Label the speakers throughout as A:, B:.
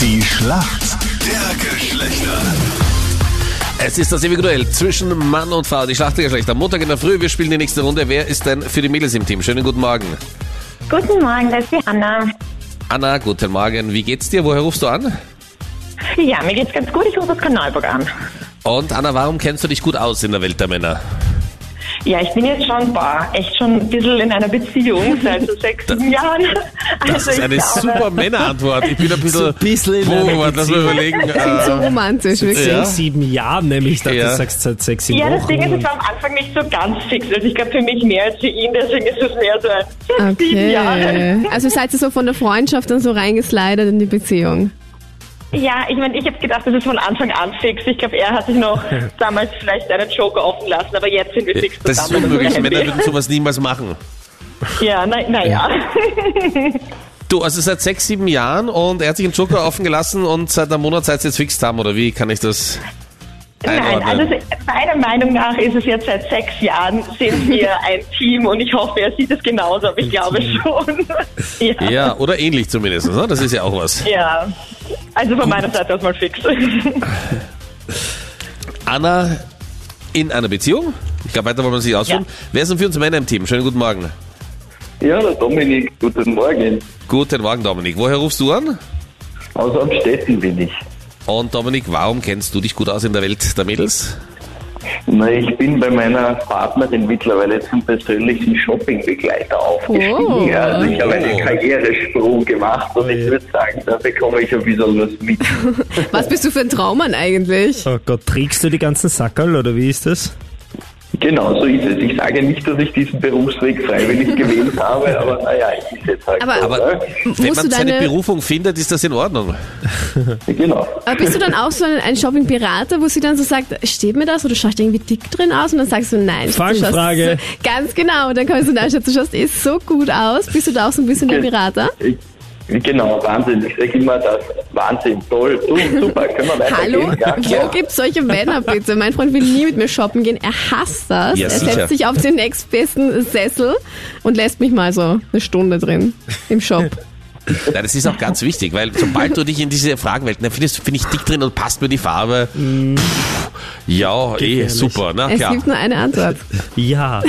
A: Die Schlacht der Geschlechter.
B: Es ist das ewige Duell zwischen Mann und Frau, die Schlacht der Geschlechter. Montag in der Früh, wir spielen die nächste Runde. Wer ist denn für die Mädels im Team? Schönen guten Morgen.
C: Guten Morgen, das ist die Anna.
B: Anna, guten Morgen. Wie geht's dir? Woher rufst du an?
C: Ja, mir geht's ganz gut. Ich rufe aus Kanalburg an.
B: Und Anna, warum kennst du dich gut aus in der Welt der Männer?
C: Ja, ich bin jetzt schon boah, echt schon ein bisschen in einer Beziehung seit so sechs, sieben Jahren. Also
B: Das ist
C: ich
B: eine
C: glaube-
B: super Männerantwort. Ich bin ein bisschen...
D: ein bisschen in
B: Wo, warte,
D: einer
B: lass mal
D: Beziehung.
B: überlegen.
E: Klingt so
B: Äh,
E: romantisch, wirklich.
B: Ja.
D: Sechs, sieben Jahren nämlich. Ich dachte,
B: Ja.
D: du sagst seit sechs, sieben
C: Ja, das
D: Wochen.
C: Ding ist, ich war am Anfang nicht so ganz fix. Also ich glaube für mich mehr als für ihn, deswegen ist es mehr so ein sechs, sieben Jahre.
E: Okay. Also seid ihr so von der Freundschaft dann so reingeslidet in die Beziehung?
C: Ja, ich meine, ich habe gedacht, das ist von Anfang an fix. Ich glaube, er hat sich noch damals vielleicht einen Joker offen lassen, aber jetzt sind wir fix
B: das ist
C: zusammen. und
B: unmöglich.
C: sind
B: Männer
C: happy.
B: würden sowas niemals machen.
C: Ja, naja. Na ja.
B: Du, also seit sechs, sieben Jahren und er hat sich einen Joker offen gelassen und seit einem Monat seid ihr jetzt fix haben, oder wie kann ich das
C: Nein,
B: einordnen?
C: also se- meiner Meinung nach ist es jetzt seit sechs Jahren, sind wir ein Team und ich hoffe, er sieht es genauso, aber ich glaube schon. ja.
B: ja, oder ähnlich zumindest. Ne? Das ist ja auch was.
C: Ja. Also von meiner Seite aus mal fix.
B: Anna in einer Beziehung. Ich glaube, weiter wollen wir uns nicht ausführen. Wer ist denn für uns Männer im Team? Schönen guten Morgen.
F: Ja, der Dominik, guten Morgen.
B: Guten Morgen, Dominik. Woher rufst du an?
F: Aus Amstetten bin ich.
B: Und Dominik, warum kennst du dich gut aus in der Welt der Mädels?
F: Na, ich bin bei meiner Partnerin mittlerweile zum persönlichen Shoppingbegleiter aufgestiegen.
E: Oh.
F: Ja, also ich habe einen
B: Oh.
F: Karrieresprung gemacht und ich würde sagen, da bekomme ich ein bisschen was mit.
E: Was bist du für ein Traummann eigentlich?
D: Oh Gott, trägst du die ganzen Sackerl oder wie ist das?
F: genau, so ist es. Ich sage nicht, dass ich diesen Berufsweg freiwillig gewählt habe, aber naja, ich ist jetzt halt
E: Aber-
F: so,
B: Aber
F: ne?
B: wenn
E: Musst
B: man
E: du
B: seine
E: deine-
B: Berufung findet, ist das in Ordnung.
F: Genau.
E: Aber Äh, bist du dann auch so ein, ein Shopping-Pirater, wo sie dann so sagt, steht mir das oder schaust du irgendwie dick drin aus? Und dann sagst du, nein. du schaust
D: Fangfrage.
E: So, ganz genau. Und dann kommst du nachschauen, du schaust eh so gut aus. Bist du da auch so ein bisschen der Pirater?
F: Ich, genau, Wahnsinn. Ich sage immer das. Wahnsinn, toll, du, super, können wir weitergehen?
E: Hallo?
F: Ja,
E: Wo
F: klar.
E: gibt's solche Männer bitte? Mein Freund will nie mit mir shoppen gehen. Er hasst das.
B: Ja,
E: er
B: sicher.
E: setzt sich auf den nächstbesten Sessel und lässt mich mal so eine Stunde drin im Shop.
B: Nein, das ist auch ganz wichtig, weil sobald du dich in diese Fragenwelt, ne, findest, finde ich dick drin und passt mir die Farbe. Pff,
E: Mm.
B: ja, eh,
D: Gefährlich.
B: super, na
E: Es
B: klar.
E: gibt nur eine Antwort.
D: Ja.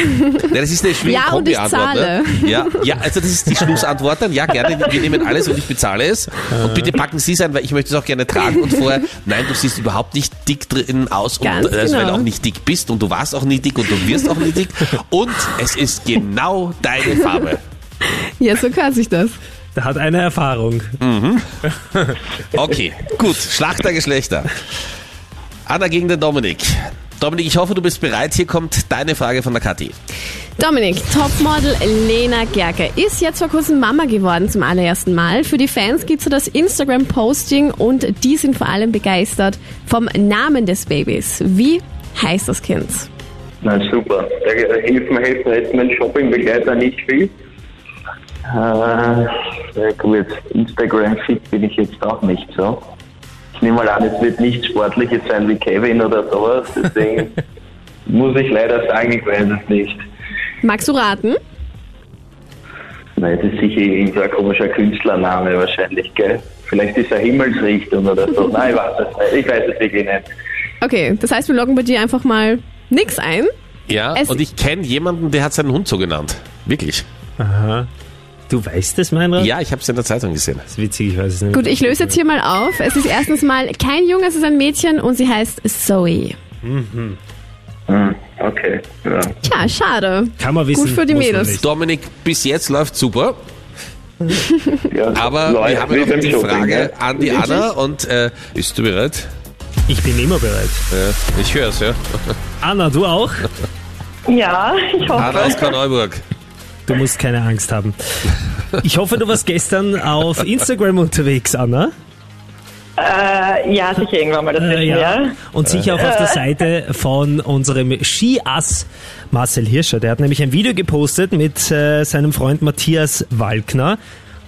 B: Ja, das ist eine schwierige
E: Ja, und ich
B: Kombi-Antwort. Ne? Ja, ja, also das ist die Schlussantwort dann. Ja, gerne, wir nehmen alles und ich bezahle es. Und bitte packen Sie es ein, weil ich möchte es auch gerne tragen. Und vorher, nein, du siehst überhaupt nicht dick drin aus, und,
E: Ganz
B: also, weil du
E: genau.
B: auch nicht dick bist und du warst auch nie dick und du wirst auch nie dick. Und es ist genau deine Farbe.
E: Ja, so kann sich das.
D: Da hat eine Erfahrung.
B: Okay, gut. Schlacht der Geschlechter. Anna gegen den Dominik. Dominik, ich hoffe, du bist bereit. Hier kommt deine Frage von der Kathi.
E: Dominik, Topmodel Lena Gerke ist jetzt vor kurzem Mama geworden zum allerersten Mal. Für die Fans gibt's so das Instagram-Posting und die sind vor allem begeistert vom Namen des Babys. Wie heißt das Kind?
F: Na super, da helfen, helfen jetzt mein Shoppingbegleiter nicht viel. Äh, ja gut, Instagram-Fit bin ich jetzt auch nicht so. Ich nehme mal an, es wird nichts Sportliches sein wie Kevin oder sowas, deswegen muss ich leider sagen, ich weiß es nicht.
E: Magst du raten?
F: Nein, das ist sicher irgendein komischer Künstlername wahrscheinlich, gell? Vielleicht ist er Himmelsrichtung oder so. Nein, ich weiß es nicht. Ich weiß es wirklich nicht.
E: Okay, das heißt, wir loggen bei dir einfach mal nix ein.
B: Ja,
E: Es-
B: und ich kenne jemanden, der hat seinen Hund so genannt. Wirklich.
D: Aha. Du weißt es, Meinrad?
B: Ja, ich habe es in der Zeitung gesehen.
D: Das ist witzig, ich weiß es nicht.
E: Gut, ich löse jetzt hier mal auf. Es ist erstens mal kein Junge, es ist ein Mädchen und sie heißt Zoe.
F: Hm, okay, ja.
E: Tja, schade.
D: Kann man wissen.
E: Gut für die
D: muss man
E: Mädels.
D: nicht.
B: Dominik, bis jetzt läuft super,
F: ja
B: aber wir
F: Leute,
B: haben ja
F: mit
B: noch
F: dem
B: die
F: Shopping,
B: Frage
F: ja.
B: an die Anna und äh, bist du bereit?
D: Ich bin immer bereit.
B: Ja, ich höre es, ja.
D: Anna, du auch?
C: ja, ich
B: Anna
C: hoffe.
B: aus Karneuburg.
D: Du musst keine Angst haben. Ich hoffe, du warst gestern auf Instagram unterwegs, Anna.
C: Äh, ja, sicher irgendwann mal das
D: Äh,
C: wissen,
D: ja.
C: ja.
D: Und sicher auch auf der Seite von unserem Skiass Marcel Hirscher. Der hat nämlich ein Video gepostet mit äh, seinem Freund Matthias Walkner.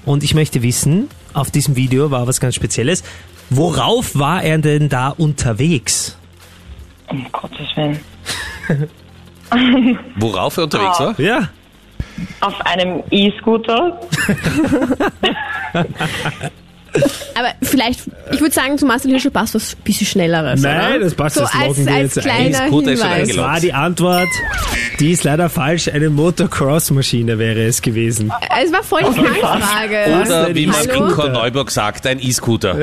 D: Und ich möchte wissen, auf diesem Video war was ganz Spezielles. Worauf war er denn da unterwegs?
C: Um Gottes Willen.
B: Worauf er unterwegs
E: Ah.
B: war?
D: Ja,
C: Auf einem E-Scooter.
E: Aber vielleicht, ich würde sagen, zu Marcel Hirscher passt was bisschen Schnelleres.
D: Nein,
E: oder?
D: das passt,
E: so
D: das
E: als,
D: loggen wir
E: als
D: jetzt ein.
E: kleiner
B: Ist gut, er ist schon
E: Hinweis.
D: Das
B: eingeloggt.
D: war die Antwort. Die ist leider falsch. Eine Motocross-Maschine wäre es gewesen.
E: Es war voll die Fangfrage.
B: Oder wie man
E: Hallo?
B: in Korneuburg sagt, ein E-Scooter.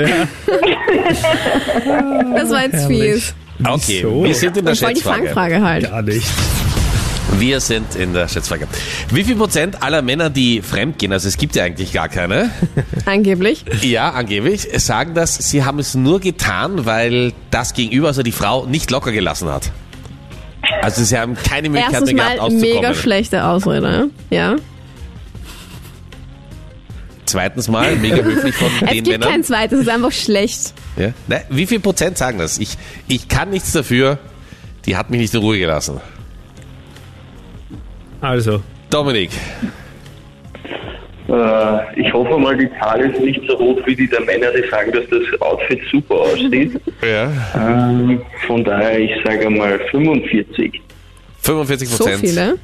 E: Das war jetzt viel.
D: Herrlich.
B: Okay,
D: Wieso?
B: wir sind in der
E: Das war die
B: Schätzfrage.
E: Fangfrage halt.
D: Gar nicht.
B: Wir sind in der Schätzfrage. Wie viel Prozent aller Männer, die fremdgehen, also es gibt ja eigentlich gar keine,
E: Angeblich.
B: ja, angeblich, sagen das, sie haben es nur getan, weil das Gegenüber, also die Frau, nicht locker gelassen hat. Also sie haben keine Möglichkeit
E: Erstens
B: mehr gehabt,
E: mal
B: auszukommen.
E: mega schlechte Ausrede. Ja.
B: Zweitens mal, mega höflich von
E: Es
B: den
E: gibt kein
B: Männern.
E: zweites, es ist einfach schlecht.
B: Ja? Ne, wie viel Prozent sagen das? Ich, ich kann nichts dafür, die hat mich nicht in Ruhe gelassen.
D: Also,
B: Dominik,
F: Äh, ich hoffe mal, die Zahl ist nicht so hoch wie die der Männer, die sagen, dass das Outfit super aussieht.
B: Mhm. ja.
F: Ähm, von daher, ich sage mal 45.
B: 45
E: So
B: Prozent.
E: viele.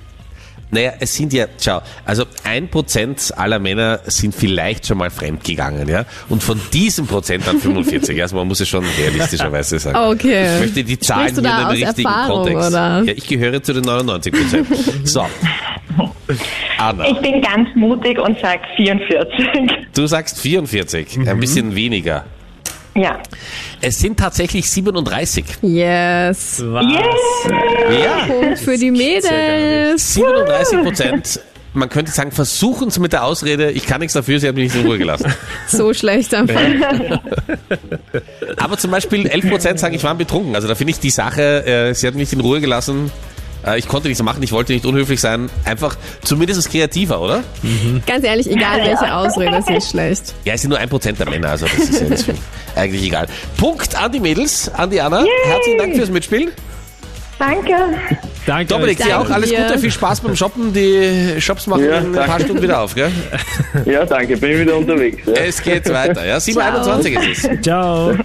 B: Naja, es sind ja, schau, also ein Prozent aller Männer sind vielleicht schon mal fremdgegangen, ja. Und von diesem Prozent dann 45. Also man muss es schon realistischerweise sagen.
E: Okay.
B: Ich möchte die Zahlen
E: Sprichst du
B: hier
E: da
B: in den
E: aus
B: richtigen
E: Erfahrung,
B: Kontext.
E: oder?
B: Ja, ich gehöre zu den 99 Prozent. So. Anna,
C: Ich bin ganz mutig und sage 44.
B: du sagst 44, ein bisschen weniger.
C: Ja.
B: Es sind tatsächlich 37.
E: Yes.
D: was?
B: Ja,
E: Punkt für die
D: gar
E: Mädels.
B: 37 Prozent. Man könnte sagen, versuchen es mit der Ausrede, ich kann nichts dafür, sie hat mich nicht in Ruhe gelassen.
E: So schlecht einfach.
B: Aber zum Beispiel 11% sagen, ich war betrunken. Also da finde ich die Sache, äh, sie hat mich in Ruhe gelassen. Äh, ich konnte nichts machen, ich wollte nicht unhöflich sein. Einfach zumindest kreativer, oder?
E: Ganz ehrlich, egal welche Ausrede, sie ist schlecht.
B: Ja, es sind nur 1% der Männer, also das ist ja jetzt eigentlich egal. Punkt an die Mädels, an die Anna. Herzlichen Dank fürs Mitspielen.
C: Danke.
D: Danke.
B: Dominik,
D: euch.
B: dir auch
E: Danke
B: alles
E: dir.
B: Gute, viel Spaß beim Shoppen. Die Shops machen
F: Ja,
B: in ein paar
F: danke.
B: Stunden wieder auf, gell?
F: Ja, danke, bin wieder unterwegs. Ja.
B: Es geht weiter, ja. 7.21 ist es.
D: Ciao.